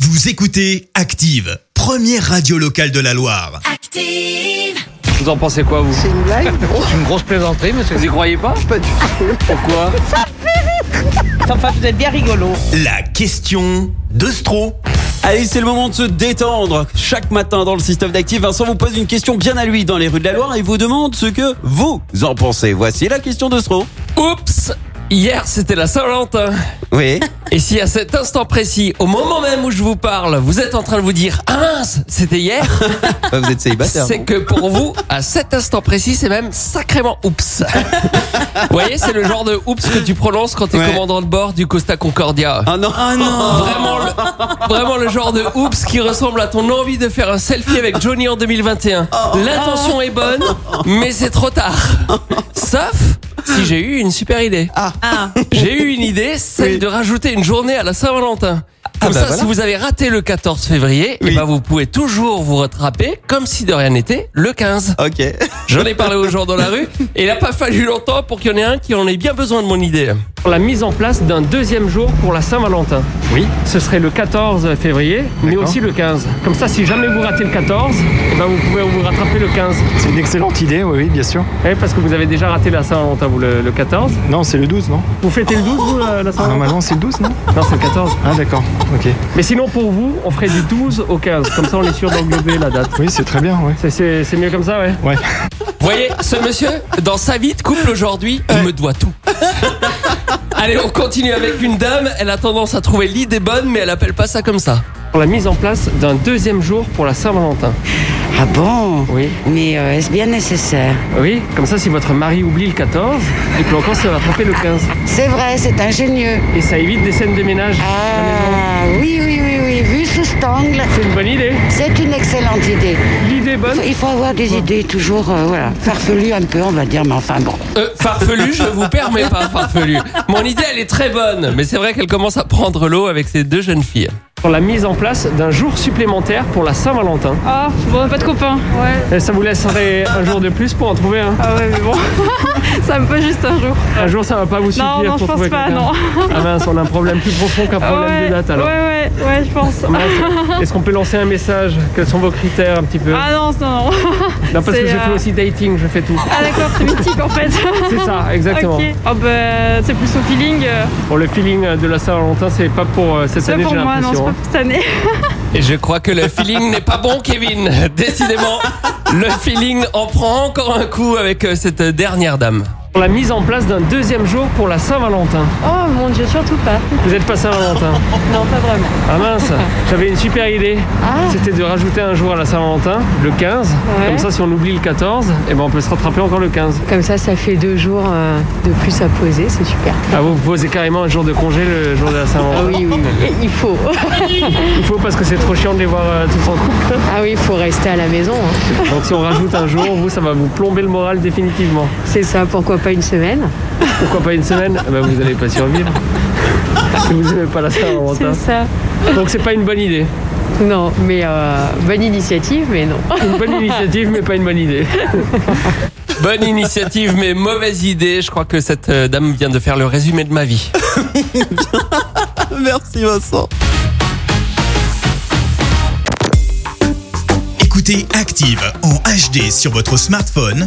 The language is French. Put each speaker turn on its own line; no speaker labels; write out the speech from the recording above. Vous écoutez Active, première radio locale de la Loire.
Active.
Vous en pensez quoi, vous
C'est une blague
C'est une grosse plaisanterie, monsieur. Vous y croyez pas
Pas du tout.
Pourquoi
Enfin, vous êtes bien rigolo.
La question de Stro.
Allez, c'est le moment de se détendre. Chaque matin dans le système d'actifs, Vincent vous pose une question bien à lui dans les rues de la Loire et vous demande ce que vous en pensez. Voici la question de Stro.
Oups Hier, c'était la Saint-Valentin.
Oui.
Et si à cet instant précis, au moment même où je vous parle, vous êtes en train de vous dire Ah mince, c'était hier,
Bah, vous êtes
Ah,
célibataire.
c'est que pour vous, à cet instant précis, c'est même sacrément oups. vous voyez, c'est le genre de oups que tu prononces quand t'es
Ouais.
commandant de bord du Costa Concordia.
Ah non.
Vraiment le, vraiment le genre de oups qui ressemble à ton envie de faire un selfie avec Johnny en 2021. L'intention est bonne, mais c'est trop tard. Sauf si j'ai eu une super idée.
Ah.
J'ai eu une idée, celle de rajouter une journée à la Saint-Valentin. Comme
bah
ça,
voilà.
si vous avez raté le 14 février, eh
Oui.
ben vous pouvez toujours vous rattraper comme si de rien n'était le 15.
Ok.
J'en ai parlé aux gens dans la rue et il n'a pas fallu longtemps pour qu'il y en ait un qui en ait bien besoin de mon idée. La mise en place d'un deuxième jour pour la Saint-Valentin. Oui. Ce serait le 14 février, mais aussi le 15. Comme ça, si jamais vous ratez le 14, vous pouvez vous rattraper le 15.
C'est une excellente idée, oui, oui, bien sûr.
parce que vous avez déjà raté la Saint-Valentin, vous, le, 14.
Non, c'est le 12, non
Vous fêtez le 12, vous, la,
Normalement, c'est le 12, Ah non
Non, c'est le 14.
Ah, d'accord, ok.
Mais sinon, pour vous, on ferait du 12 au 15. Comme ça, on est sûr d'englober la date.
Oui, c'est très bien, oui.
C'est mieux comme ça, ouais.
Ouais.
Vous voyez, ce monsieur, dans sa vie de couple aujourd'hui, il me doit tout. Allez, on continue avec une dame. Elle a tendance à trouver l'idée bonne, mais elle appelle pas ça comme ça. Pour la mise en place d'un deuxième jour pour la Saint-Valentin.
Ah bon
Oui.
Mais euh, est-ce bien nécessaire
Oui, comme ça, si votre mari oublie le 14, il peut encore se rattraper le 15.
C'est vrai, c'est ingénieux.
Et ça évite des scènes de ménage.
Ah oui, oui, oui, oui. Vu sous cet angle,
C'est une bonne idée.
c'est une excellente idée.
L'idée bonne.
Il faut avoir des idées toujours, euh, voilà, farfelues un peu, on va dire, mais enfin bon.
Euh, farfelu, je vous permets pas, farfelu. Mon idée, elle est très bonne, mais c'est vrai qu'elle commence à prendre l'eau avec ces deux jeunes filles. Pour la mise en place d'un jour supplémentaire pour la Saint-Valentin.
Ah, bon, pas de copain. Ouais.
Et ça vous laisserait un jour de plus pour en trouver un.
Ah ouais, mais bon. ça me peut juste un jour.
Un jour, ça va pas vous suffire
Non, non, je
pour
pense
trouver
pas,
quelqu'un.
non.
Ah mince, on a un problème plus profond qu'un problème
ouais,
de date alors.
ouais, ouais, ouais, je pense.
Ah mince, Est-ce qu'on peut lancer un message Quels sont vos critères un petit peu
Ah non, non, non.
Non, parce que
c'est,
je fais
euh,
aussi dating, je fais tout.
Ah d'accord, c'est mythique en fait.
C'est ça, exactement.
Ok. Oh bah, c'est plus au feeling. euh,
Bon, le feeling de la Saint-Valentin, c'est pas pour euh, cette
C'est pas
année,
pour
j'ai
moi, non, c'est
l'impression.
pas
hein.
pour cette année.
Et je crois que le feeling n'est pas bon, Kevin. Décidément, le feeling en prend encore un coup avec euh, cette dernière dame. La mise en place d'un deuxième jour pour la Saint-Valentin.
Oh mon dieu, surtout pas.
Vous êtes pas Saint-Valentin
Non, pas vraiment.
Ah mince, j'avais une super idée. C'était de rajouter un jour à la Saint-Valentin, le 15.
Ouais.
Comme ça, si on oublie le 14, eh ben, on peut se rattraper encore le 15.
Comme ça, ça fait deux jours
Oh,
euh, de plus à poser, c'est super.
Ah, vous posez carrément un jour de congé le jour de la Saint-Valentin.
oui, il faut.
Il faut parce que c'est trop chiant de les voir euh, tous en couple.
Ah oui, il faut rester à la maison. hein.
Donc si on rajoute un jour, vous, ça va vous plomber le moral définitivement.
C'est ça, pourquoi pas une semaine
Pourquoi pas une semaine Eh ben, Vous n'allez pas survivre. Si vous n'aimez pas la Saint-Valentin.
C'est ça.
Donc c'est pas une bonne idée.
Non, mais euh, bonne initiative, mais non.
Une bonne initiative, mais pas une bonne idée. Bonne initiative, mais mauvaise idée. Je crois que cette euh, dame vient de faire le résumé de ma vie.
Merci Vincent.
Écoutez Active en HD sur votre smartphone,